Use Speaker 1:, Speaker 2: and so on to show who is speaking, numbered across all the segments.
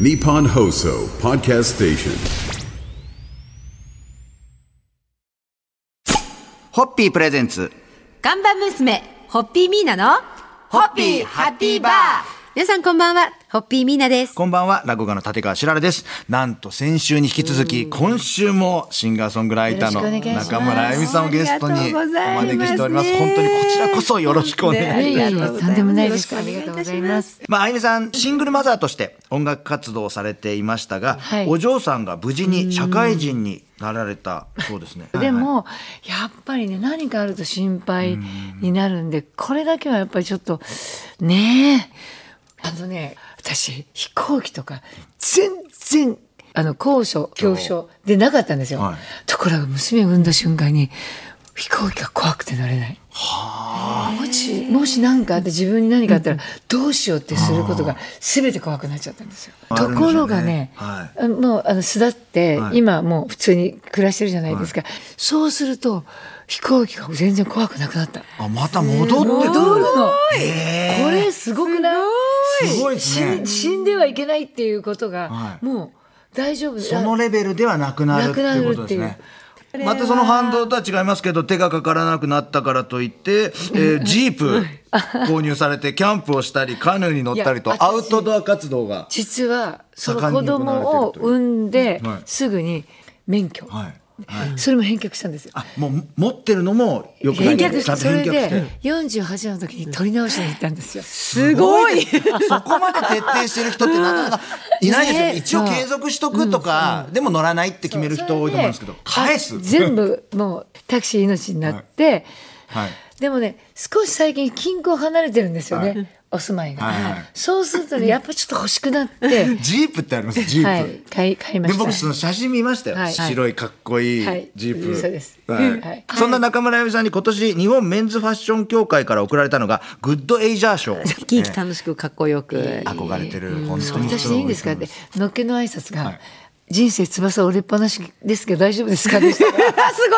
Speaker 1: Nippon Hoso Podcast Station.
Speaker 2: ホッピープレゼンツ。
Speaker 3: 看板娘、ホッピーミーナの、
Speaker 2: ホッピーハッピーバー
Speaker 3: 皆さんこんばんは、ホッピーミーナです。
Speaker 2: こんばんは、落語家の立川しららです。なんと先週に引き続き、今週もシンガーソングライターの
Speaker 3: よろしくお願いします
Speaker 2: 中村あゆみさんをゲスト
Speaker 3: あり
Speaker 2: にお
Speaker 3: がとうございます
Speaker 2: 招きしております。本当にこちらこそよろしくお願いいたします。
Speaker 3: いえいえとんでもないです
Speaker 4: よろしくお願いいたします。
Speaker 2: まあ、あゆみさん、シングルマザーとして音楽活動をされていましたが、
Speaker 4: はい
Speaker 2: お嬢さんが無事に社会人になられたそうですね。
Speaker 4: で
Speaker 2: はいはい、
Speaker 4: も、やっぱりね、何かあると心配になるんで、これだけはやっぱりちょっと、ねえ。あのね、私、飛行機とか、全然、あの、高所、恐怖症でなかったんですよ。
Speaker 2: はい
Speaker 4: ところが、娘を産んだ瞬間に、飛行機が怖くて乗れない。もし、もし何かあって自分に何かあったら、どうしようってすることが全て怖くなっちゃったんですよ。
Speaker 2: ある
Speaker 4: と
Speaker 2: んでしょうね
Speaker 4: ころがね、
Speaker 2: は
Speaker 4: あのもうあの巣立って、
Speaker 2: はい
Speaker 4: 今もう普通に暮らしてるじゃないですか、そうすると飛行機が全然怖くなくなった
Speaker 2: あ、また戻ってくる。
Speaker 4: 戻るのこ
Speaker 2: えー
Speaker 4: れすごくない
Speaker 2: すごいですね
Speaker 4: 死ん死んではいけないっていうことが、
Speaker 2: はい
Speaker 4: もう大丈夫
Speaker 2: そのレベルではなくなるっていうことです
Speaker 4: なくなる
Speaker 2: ね
Speaker 4: っ。
Speaker 2: またその反動とは違いますけど手がかからなくなったからといって、えージープ購入されてキャンプをしたりカヌーに乗ったり
Speaker 4: い
Speaker 2: と
Speaker 4: や
Speaker 2: アウトドア活動が
Speaker 4: 実はその
Speaker 2: 盛ん
Speaker 4: 子
Speaker 2: に行われてる
Speaker 4: 供を
Speaker 2: という
Speaker 4: 産んで、
Speaker 2: はい
Speaker 4: すぐに免許、
Speaker 2: はい
Speaker 4: それも返却したんですよ
Speaker 2: あもう持ってるのもよくない
Speaker 4: 返却し
Speaker 2: ちゃ
Speaker 4: て
Speaker 2: んと
Speaker 4: それ
Speaker 2: 返却し
Speaker 4: で
Speaker 2: て
Speaker 4: 48の時に取り直しに行ったんですよ。
Speaker 2: すごいそこまで徹底してる人ってなかなかいないですよ、
Speaker 4: ね
Speaker 2: 一応継続しとくとか、でも乗らないって決める人多いと思うんですけど返す
Speaker 4: あ全部もうタクシー命になって、
Speaker 2: はい
Speaker 4: でもね少し最近近郊離れてるんですよね、
Speaker 2: は
Speaker 4: お住まいが、
Speaker 2: はいはい
Speaker 4: そうするとねやっぱちょっと欲しくなって、
Speaker 2: ジープってあります ジープ、
Speaker 4: はい買い買いま
Speaker 2: で
Speaker 4: した。
Speaker 2: 僕その写真見ましたよ、
Speaker 4: はい
Speaker 2: 白いかっこい
Speaker 4: はいい
Speaker 2: ジープ、
Speaker 4: そうです
Speaker 2: はい
Speaker 4: はい
Speaker 2: そんな中村あゆみさんに今年日本メンズファッション協会から贈られたのがグッドエイジャー 賞
Speaker 5: 生き生き楽しくかっこよく、
Speaker 2: 憧れてる本当に
Speaker 4: 私でいいんですかってのっけの挨拶が、
Speaker 2: はい
Speaker 4: 人生翼折れっぱなしですけど大丈夫ですかでしたから
Speaker 5: す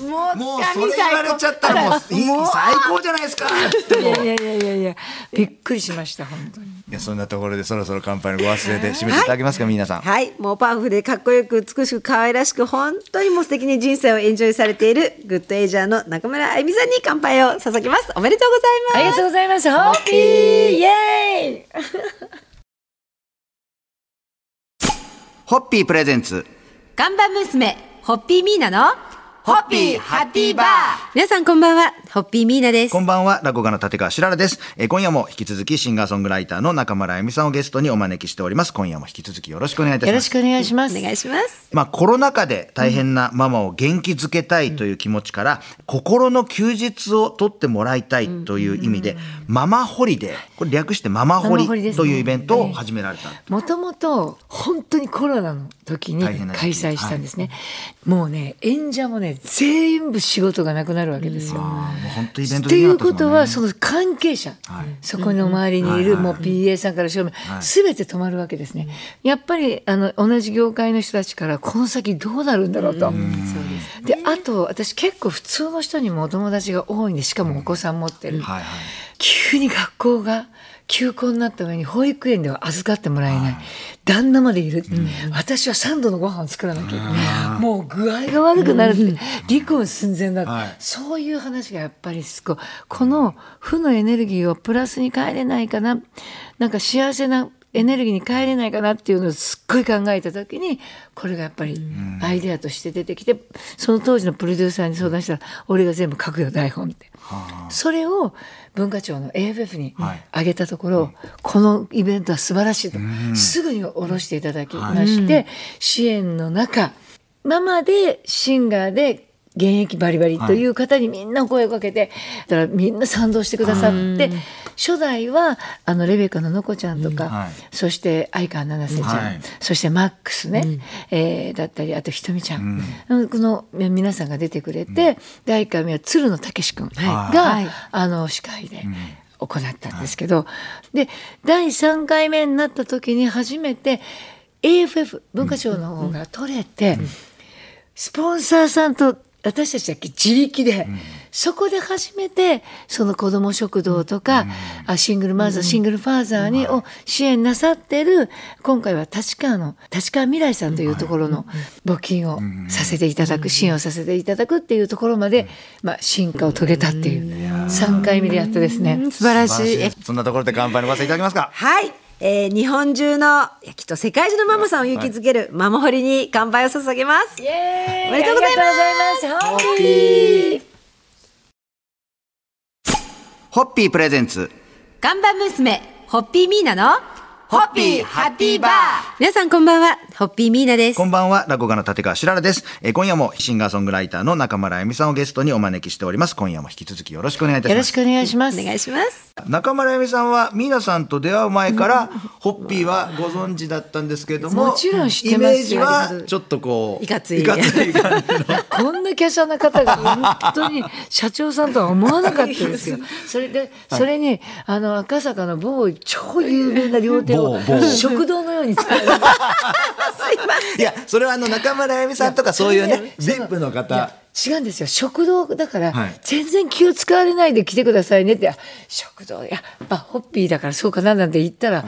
Speaker 5: ごいもう
Speaker 2: もうそれ言われちゃったらもう いい最高じゃ ないですかって
Speaker 4: いやいやいやいやいやびっくりしました本当に。
Speaker 2: いやそんなところでそろそろ乾杯のご忘れで締めていただけますか皆さん、
Speaker 5: はいもうパワフルでかっこよく美しく可愛らしく本当にもう素敵に人生をエンジョイされているグッドエイジャーの中村あゆみさんに乾杯を捧げますおめでとうございます
Speaker 4: ありがとうございます。ホッピーイエーイ
Speaker 2: ホッピープレゼンツ
Speaker 3: 看板娘、ホッピーミーナの、
Speaker 2: ホッピーハッピーバー
Speaker 3: 皆さんこんばんは、ホッピーミーナです
Speaker 2: こ。んばんは、落語家の立川しららです。えー今夜も引き続きシンガーソングライターの中村あゆみさんをゲストにお招きしております。今夜も引き続きよろしくお願いいたし
Speaker 4: よ
Speaker 2: ま
Speaker 4: ろ
Speaker 2: す
Speaker 4: し。くお願いしま
Speaker 5: お
Speaker 4: す。
Speaker 5: 願いします
Speaker 2: まあ、コロナ禍で大変なママを元気づけたいという気持ちから、心の休日を取ってもらいたいという意味で、ママホリデー、これ略してママホ
Speaker 4: ママホリで
Speaker 2: リ
Speaker 4: すね
Speaker 2: というイベントを始められた。
Speaker 4: もともと本当にコロナの時に
Speaker 2: 大変な時
Speaker 4: 開催したんですね。もうね、演者もね、全部仕事がなくなるわけですよ。
Speaker 2: ああもう本当イベン
Speaker 4: っ
Speaker 2: ト
Speaker 4: て
Speaker 2: でき
Speaker 4: い
Speaker 2: な
Speaker 4: う
Speaker 2: か
Speaker 4: こ
Speaker 2: ったです
Speaker 4: と
Speaker 2: もんね
Speaker 4: は、その関係者、
Speaker 2: はい
Speaker 4: そこの周りにいる、
Speaker 2: はい
Speaker 4: も
Speaker 2: は
Speaker 4: う PA さんから正面、すべて止まるわけですね。やっぱり、あの、同じ業界の人たちから、この先どうなるんだろうと。で、あと、私結構普通の人にもお友達が多いんで、しかもお子さん持ってる。
Speaker 2: はいはい。
Speaker 4: 急に学校が休校になった上に保育園では預かってもらえない、旦那までいる、私は3度のご飯を作らなきゃ、もう具合が悪くなるって、離婚寸前だ、
Speaker 2: はい
Speaker 4: そういう話がやっぱりすごいこの負のエネルギーをプラスに変えれないかななんか幸せなエネルギーに変えれないかなっていうのをすっごい考えた時にこれがやっぱりアイデアとして出てきてその当時のプロデューサーに相談したら「俺が全部書くよ台本」って。それを文化庁の AFF に上げたところ、このイベントは素晴らしいと、すぐに下ろしていただきまして、支援の中ママでシンガーで現役バリバリという方にみんなお声をかけて、だからみんな賛同してくださって、初代はあのレベカののこちゃんとか、
Speaker 2: はい
Speaker 4: そして相川七瀬ちゃん、
Speaker 2: はい
Speaker 4: そしてマックスね、えーだったりあとひとみちゃん、うんこのみ皆さんが出てくれて、第1回目は鶴野武志君が、
Speaker 3: はい
Speaker 4: あの司会で。行ったんですけど、で第3回目になった時に初めて AFF 文化庁の方が取れて、スポンサーさんと私たちだけ自力でそこで初めてその子ども食堂とか、あシングルマザー、シングルファーザーにを支援なさってる今回は立川の立川未来さんというところの募金をさせていただく、支援をさせていただくっていうところまで、まあ、進化を遂げたっていう3回目でやってですね。
Speaker 5: 素晴らしい。
Speaker 2: そんなところで乾杯のごせいただけますか。
Speaker 5: はい。えー日本中の、いやきっと世界中のママさんを勇気づける、ママホリに乾杯を捧げます。
Speaker 4: イエーイ
Speaker 5: おめでとうございます
Speaker 4: ありがとうございますホッピー
Speaker 2: ホッピープレゼンツ。
Speaker 3: 看板娘、ホッピーミーナの、
Speaker 2: ホッピーハッピーバー
Speaker 3: 皆さんこんばんは、ホッピーミーナです
Speaker 2: こ。んばんは、落語家の立川しららです。えー今夜もシンガーソングライターの中村あゆみさんをゲストにお招きしております。今夜も引き続きよろしくお願いいたし
Speaker 4: よ
Speaker 2: ま
Speaker 4: ろ
Speaker 2: す
Speaker 4: し。くお願いします。
Speaker 5: お願いします。
Speaker 2: 中村あゆみさんはミーナさんと出会う前からホッピーはご存知だったんですけれども
Speaker 4: もちろん知ってますよ
Speaker 2: イメージはちょっとこう
Speaker 5: いかつい
Speaker 2: い感じの
Speaker 4: こんな華奢な方が本当に社長さんとは思わなかったで すよ。それで、それに、あの、赤坂の某超有名な料亭を
Speaker 2: 某某
Speaker 4: 食堂のように使える。
Speaker 2: いやそれはあの中村あゆみさんとかそういうね VIP の
Speaker 4: いや
Speaker 2: 方
Speaker 4: 違うんですよ食堂だから、
Speaker 2: はい
Speaker 4: 全然気を使われないで来てくださいねってあ食堂いやっぱホッピーだからそうかななんて言ったら、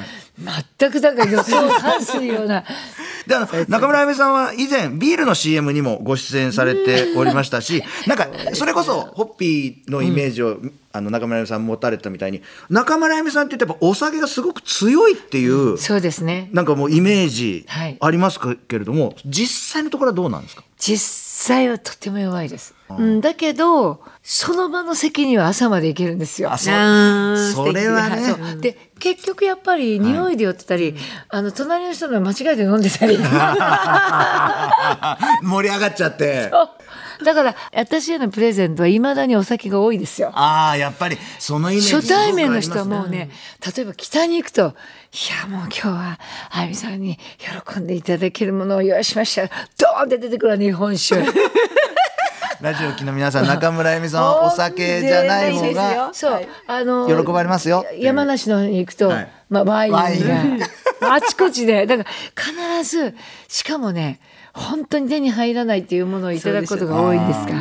Speaker 4: 全くなんか予想を反するような
Speaker 2: であの中村あゆみさんは以前ビールの CM にもご出演されておりましたしなんかそれこそホッピーのイメージを、あの中村あゆみさん持たれたみたいに中村あゆみさんって言ってやっぱお酒がすごく強いっていう
Speaker 4: そうですね
Speaker 2: なんかもうイメージ
Speaker 4: はい
Speaker 2: ありますけれども、実際のところはどうなんですか
Speaker 4: 実際はとても弱いです、うん、だけどその場の席には朝まで行けるんですよ
Speaker 2: あそう
Speaker 5: あー
Speaker 2: それはね
Speaker 4: そうで結局やっぱり匂いで寄ってたり、あの隣の人の間違えて飲ん でたり
Speaker 2: 盛り上がっちゃって
Speaker 4: だから私へのプレゼントはいまだにお酒が多いですよ
Speaker 2: ああやっぱりそのイメージ
Speaker 4: 初対面の人はもう
Speaker 2: すごくあり
Speaker 4: ね、例えば北に行くと、いやもう今日はあゆみさんに喜んでいただけるものを用意しました。ドーンって出てくるわ日本酒。
Speaker 2: ますねラジオ機の皆さん中 村あゆみさん はお酒じゃない方が
Speaker 4: そう、あの
Speaker 2: 喜ばれますよっていう
Speaker 4: 山梨の方に行くと、
Speaker 2: はい
Speaker 4: まあワイン
Speaker 2: ワイン
Speaker 4: があちこちで、だから必ずしかもね。本当に手に入らないっていうものをいただくことが多いんですが、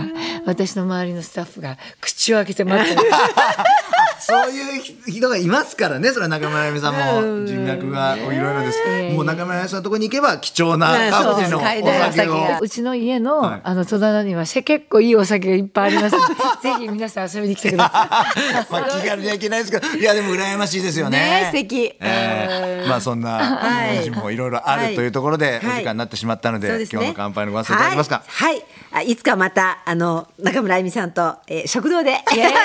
Speaker 4: 私の周りのスタッフが口を開けて待ってる。
Speaker 2: そういう人がいますからねそれは中村あゆみさんも人脈がいろいろですもう中村あゆみさんのところに行けば貴重な各自のお
Speaker 5: そうそう買え
Speaker 2: 酒
Speaker 5: るお酒
Speaker 2: を
Speaker 5: が
Speaker 4: うちの家の,、
Speaker 2: はい
Speaker 4: あの戸棚にはせ結構いいお酒がいっぱいありま すのでぜひ皆さん遊びに来てください。
Speaker 2: まあ気軽にはいけないですけどいやでも羨ましいですよね
Speaker 5: ね素敵
Speaker 2: えーまあそんな
Speaker 5: はい
Speaker 2: 話もいろいろあるというところでお
Speaker 5: はい
Speaker 2: 時間になってしまったので,、
Speaker 5: そうですね
Speaker 2: 今日の乾杯のご挨拶いただけますか、
Speaker 5: はい、はいあいつかまたあの中村あゆみさんと、えー食 堂で大阪データが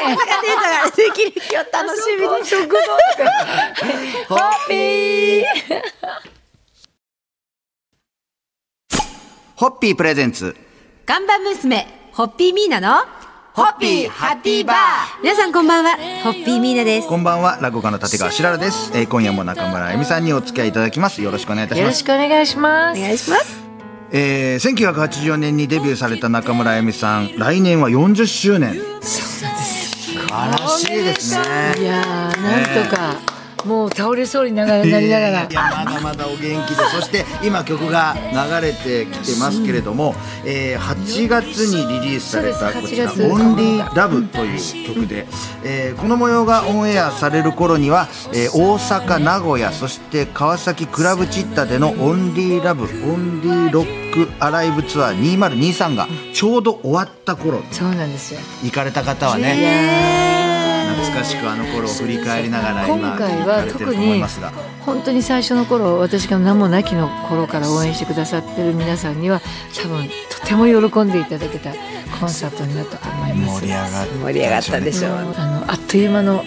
Speaker 5: できる日を楽しみに食堂
Speaker 2: ホッピーホッピープレゼンツ
Speaker 3: 看板娘、ホッピーミーナの、
Speaker 2: ホッピーハッピーバー
Speaker 3: 皆さんこんばんは、ホッピーミーナです。
Speaker 2: こんばんは落語家の立川しららです、えー今夜も中村あゆみさんにお付き合いいただきますよろしくお願いいたし
Speaker 4: よ
Speaker 2: ま
Speaker 4: ろ
Speaker 2: す
Speaker 4: しくお願いしま
Speaker 5: お
Speaker 4: す。
Speaker 5: 願いします
Speaker 2: えー、1984年にデビューされた中村あゆみさん来年は40周年素晴らしいですね
Speaker 4: いやーなんとか、もう倒れそうにながらなりながら、
Speaker 2: いやまだまだお元気でそして今曲が流れてきてますけれども、えー8月にリリースされた
Speaker 4: そう
Speaker 2: こ
Speaker 4: です
Speaker 2: ちら「
Speaker 4: 8月
Speaker 2: オンリーラブという曲で、えーこの模様がオンエアされる頃には、えー大阪名古屋そして川崎クラブチッタでの「オンリーラブオンリーロックアライブツアー2023」がちょうど終わった頃
Speaker 4: そうなんですよ。
Speaker 2: 行かれた方はね懐かしくあの頃を振り返りながら今
Speaker 4: 今回は
Speaker 2: 聞かれて
Speaker 4: 特
Speaker 2: ると思い
Speaker 4: に
Speaker 2: ますが。
Speaker 4: 本当に最初の頃私が名もなきの頃から応援してくださってる皆さんには多分とても喜んでいただけたコンサートになったと思います。
Speaker 2: 盛り上がって
Speaker 5: 盛り上がったでしょう、
Speaker 4: あのあっという間の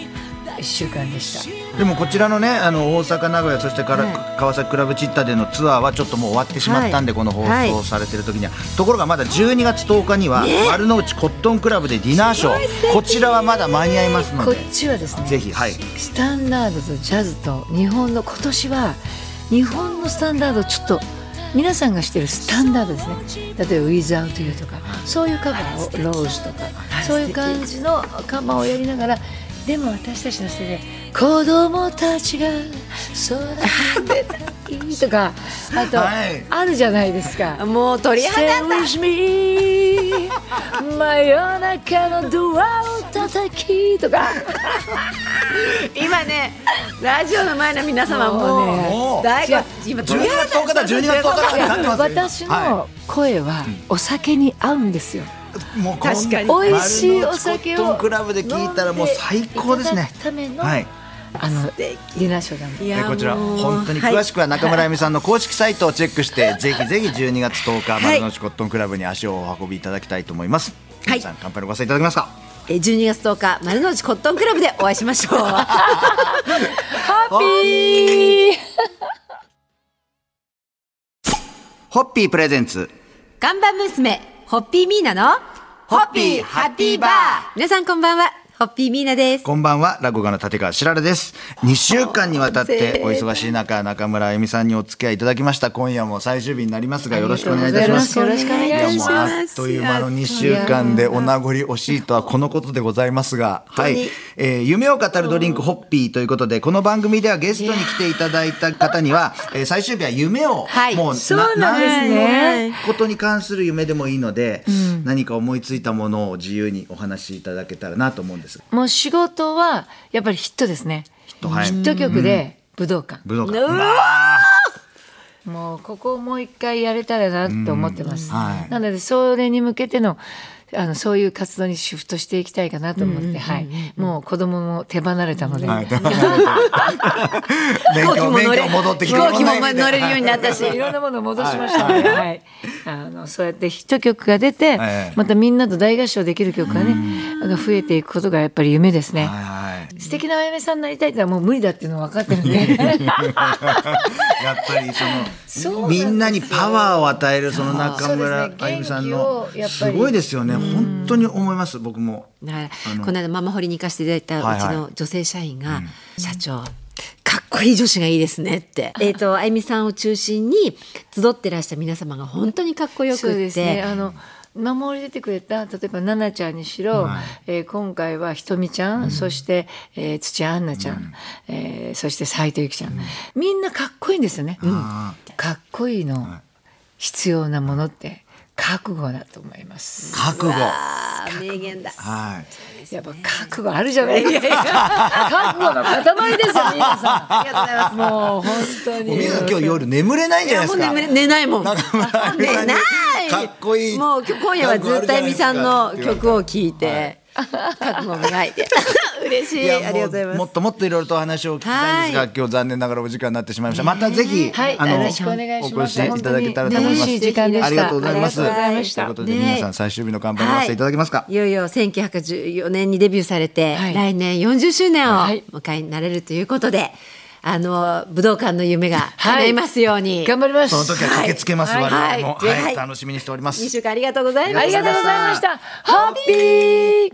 Speaker 4: 一週間でした。
Speaker 2: でもこちらのねあの大阪名古屋そしてから、
Speaker 4: は
Speaker 2: 川崎クラブチッタでのツアーはちょっともう終わってしまったんで、
Speaker 5: はい
Speaker 2: この放送されてる時には、ところがまだ12月10日には、丸の内コットンクラブでディナーショーこちらはまだ間に合いますの
Speaker 4: こっ
Speaker 2: で
Speaker 4: ちはですね
Speaker 2: ぜひはい
Speaker 4: スタンダードとジャズと日本の今年は日本のスタンダードをちょっと皆さんが知ってるスタンダードですね例えば「ウィズ・アウト・ユー」とかそういうカバーを「ローズ」とかそういう感じのカバーをやりながらでも私たちの世代子供たちが空でいいとかあと、
Speaker 2: はい
Speaker 4: あるじゃないですか
Speaker 5: もう鳥肌
Speaker 4: 「Stay with me 真夜中のドアを叩き」とか
Speaker 5: 今ねラジオの前の皆様も
Speaker 4: もうね
Speaker 5: もう大
Speaker 4: 違う
Speaker 5: 学今
Speaker 2: 12月10日だ、12月10日だってなってます
Speaker 4: 私
Speaker 2: よ。
Speaker 4: の声はお酒に合うんですよ、
Speaker 2: い、もうこん
Speaker 5: 確かに
Speaker 4: 美味しいお酒
Speaker 2: 丸の内コッ
Speaker 4: を
Speaker 2: トンクラブで聞いたらもう最高ですね
Speaker 4: 飲んいただくための、
Speaker 2: はい
Speaker 4: あのディナーショーなんで
Speaker 5: い
Speaker 2: え
Speaker 5: や
Speaker 2: こちら
Speaker 5: もう
Speaker 2: 本当に詳しくは中村あゆみさんの公式サイトをチェックして、ぜひぜひ12月10日丸の内コットンクラブに足をお運びいただきたいと思います。
Speaker 5: はい
Speaker 2: 皆さん乾杯のご参加いただけますか。
Speaker 5: え12月10日丸の内コットンクラブでお会いしまし ょう
Speaker 4: ハッピー
Speaker 2: ホッピープレゼンツ
Speaker 3: 看板娘、ホッピーミーナの、
Speaker 2: ホッピーハッピーバー
Speaker 3: 皆さんこんばんは、ホッピーミーナです。
Speaker 2: こんばんは、落語家の立川しららです。2週間にわたってお忙しい中、中村あゆみさんにお付き合いいただきました。今夜も最終日になりますが、よろしくお願いいたします。
Speaker 4: よろしくお願い
Speaker 2: や
Speaker 4: し
Speaker 2: もう
Speaker 4: ます
Speaker 2: あっという間の2週間でお名残惜しいとはこのことでございますが、はい、えー夢を語るドリンクホッピーということで、この番組ではゲストに来ていただいた方には、えー最終日は夢を、
Speaker 3: はい
Speaker 2: もう
Speaker 5: そうなんですね
Speaker 2: 何ことに関する夢でもいいので、何か思いついたものを自由にお話しいただけたらなと思うんですが。
Speaker 4: もう仕事はやっぱりヒットですねヒッ
Speaker 2: トはい
Speaker 4: 曲で武道館、
Speaker 2: 武道館。
Speaker 5: うわ
Speaker 2: うわー
Speaker 4: もうここをもう一回やれたらなって思ってます、
Speaker 2: うんはい
Speaker 4: なのでそれに向けてのあのそういう活動にシフトしていきたいかなと思って、はい、もう子供も手離れたので、
Speaker 2: はい、勉強、勉強戻ってきて。
Speaker 5: 飛行機も乗れるようになったし
Speaker 4: いろんなものを戻しましたので、はいあのそうやってヒット曲が出て、
Speaker 2: はい
Speaker 4: またみんなと大合唱できる曲がね、が増えていくことがやっぱり夢ですね。
Speaker 2: はいは
Speaker 4: 素敵なお嫁さんになりたいってのはもう無理だっていうのは分かってるんで
Speaker 2: い。やっぱりそのみんなにパワーを与えるその中
Speaker 4: そう
Speaker 2: 村
Speaker 4: ですね
Speaker 2: あゆみさん
Speaker 4: 元
Speaker 2: の
Speaker 4: 気をやっぱ
Speaker 2: す
Speaker 4: り
Speaker 2: ごいですよね本当に思います僕も
Speaker 3: だから
Speaker 2: あの
Speaker 3: この間ママホリに行かせていただ
Speaker 2: はいい
Speaker 3: た
Speaker 2: は
Speaker 3: う
Speaker 2: い
Speaker 3: ちの女性社員が、社長かっこいい女子がいいですねって、えっ、と、あゆみさんを中心に集ってらした皆様が本当にかっこよ
Speaker 4: そう
Speaker 3: く
Speaker 4: で
Speaker 3: っ
Speaker 4: すね
Speaker 3: て、
Speaker 4: あの守り出てくれた例えば奈々ちゃんにしろ、えー今回はひとみちゃん、そして、えー土屋アンナちゃん、えーそして斉藤由貴ちゃん、みんなかっこいいんですよね、かっこいいの、必要なものって覚悟だと思います
Speaker 2: 覚悟
Speaker 5: あー名言だ
Speaker 2: はい
Speaker 4: やっぱ覚悟あるじ ゃないですか覚悟の塊ですよ皆さ
Speaker 5: ありがとうございます
Speaker 4: んもう本当に
Speaker 2: おみゆさん今日夜眠れないんじゃない
Speaker 5: も
Speaker 2: で
Speaker 5: う
Speaker 2: すか
Speaker 5: 眠れ寝ないもん。
Speaker 2: 中村あゆみさんに
Speaker 5: 寝ない
Speaker 2: かっこいい
Speaker 5: もう今日今夜はずっとあゆみさんの曲を聴いて、覚悟磨いて。嬉し
Speaker 2: い
Speaker 5: い。
Speaker 2: や
Speaker 5: ありがとうございま
Speaker 2: もうも
Speaker 5: す。
Speaker 2: っともっといろいろとお話を聞きたいんですが、今日残念ながらお時間になってしまいました。またぜひ、
Speaker 4: はい
Speaker 2: あ
Speaker 4: よ
Speaker 2: の
Speaker 4: ろしくお願いします
Speaker 2: お越しいただけたらと思います。
Speaker 4: 本当に楽しい時間でした
Speaker 2: ありがとうございます。
Speaker 4: ありがとうございました
Speaker 2: ということで、
Speaker 3: ね
Speaker 2: 皆さん最終日の乾杯をさせていただけますか。
Speaker 3: いよいよ1914年にデビューされて、
Speaker 4: はい
Speaker 3: 来年40周年を
Speaker 4: はい
Speaker 3: お迎えになれるということで、あの武道館の夢が
Speaker 4: はい
Speaker 3: 叶いますように、
Speaker 4: 頑張ります
Speaker 2: その時は駆けつけます、
Speaker 4: はい
Speaker 2: 我々も、
Speaker 5: はい
Speaker 2: は。
Speaker 5: はいい
Speaker 2: 楽しみにしております
Speaker 5: 二。週間ありがとうございま
Speaker 4: あ
Speaker 5: し
Speaker 4: り
Speaker 5: た
Speaker 4: がとうございましたハッピー